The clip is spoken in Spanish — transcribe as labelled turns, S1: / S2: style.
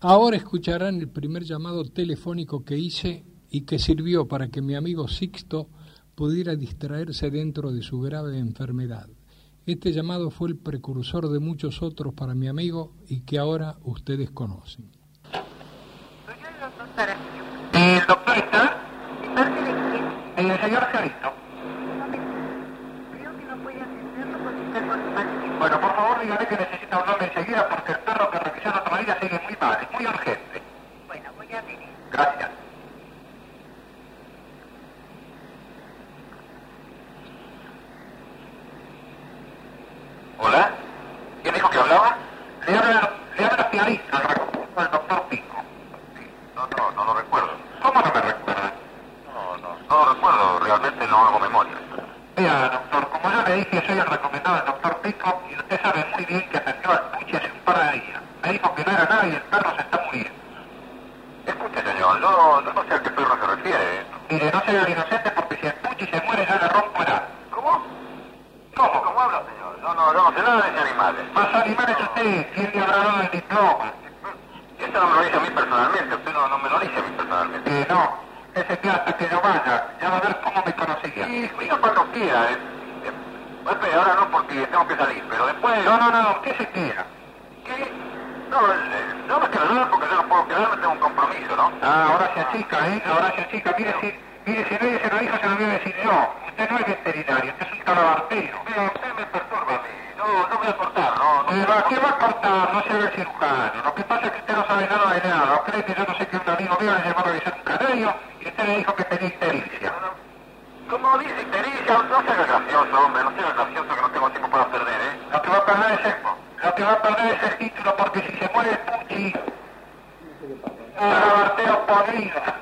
S1: Ahora escucharán el primer llamado telefónico que hice y que sirvió para que mi amigo Sixto pudiera distraerse dentro de su grave enfermedad. Este llamado fue el precursor de muchos otros para mi amigo y que ahora ustedes conocen.
S2: Soy el doctor Sarabia. ¿El doctor está? ¿De parte de quién? El señor Jaristo. Creo que no puede atenderlo porque está con su paciente. Bueno, por favor, dígale que necesita hablarme enseguida porque el perro que revisó la otra día sigue muy mal, es muy urgente. Bueno, voy a venir. Gracias. ¿Hola? ¿Quién dijo que hablaba? Le habla, le habla Clarisa, recuerdo al doctor Pico. No, no, no lo recuerdo. ¿Cómo no me recuerda? No, no, no lo recuerdo. Realmente no hago memoria. Mira, doctor, como yo le dije, soy el recomendado del doctor Pico y usted sabe muy bien que atendió al Puchi hace un par de días. Me dijo que no era nada y el perro se está muriendo. Escuche, señor, no, no sé a qué perro se refiere. Mire, no sea el inocente porque si el Puchi se muere ya le rompo el alma. ¿Cómo? ¿Cómo? ¿Cómo habla, señor? No, no, yo no sé nada de animales. Más animales usted, ¿quién le habrá dado el diploma? Eso no me lo dice a mí personalmente, usted no, no me lo dice a mí personalmente. Eh, no, ese plata que no vaya, ya va a ver cómo me conocía. Sí, diga cuando quiera. Eh, eh, Pepe, ahora no porque tengo que salir, pero después... No, no, no, ¿qué se queda? ¿Qué? No, eh, no me quiero nada porque yo no puedo quedarme, tengo un compromiso, ¿no? Ah, ahora se achica, ¿eh? Ahora se achica, mire si... Mire, si nadie se lo dijo, se lo voy a decir yo. Usted no es veterinario, usted es un talabartero. Pero usted me perturba a mí. No, no voy a cortar, no. no ¿Qué va a cortar? No se ve el cirujano. Lo que pasa es que usted no sabe nada de nada. Cree que yo no sé que un amigo mío le llamó a revisar un canario y usted le dijo que tenía ictericia. ¿Cómo dice ictericia? No sea gracioso, hombre. No sea gracioso que no tengo tiempo para perder, ¿eh? Lo que va a perder es esto. Lo que va a perder es el título porque si se muere el puchi... Un talabartero podrido.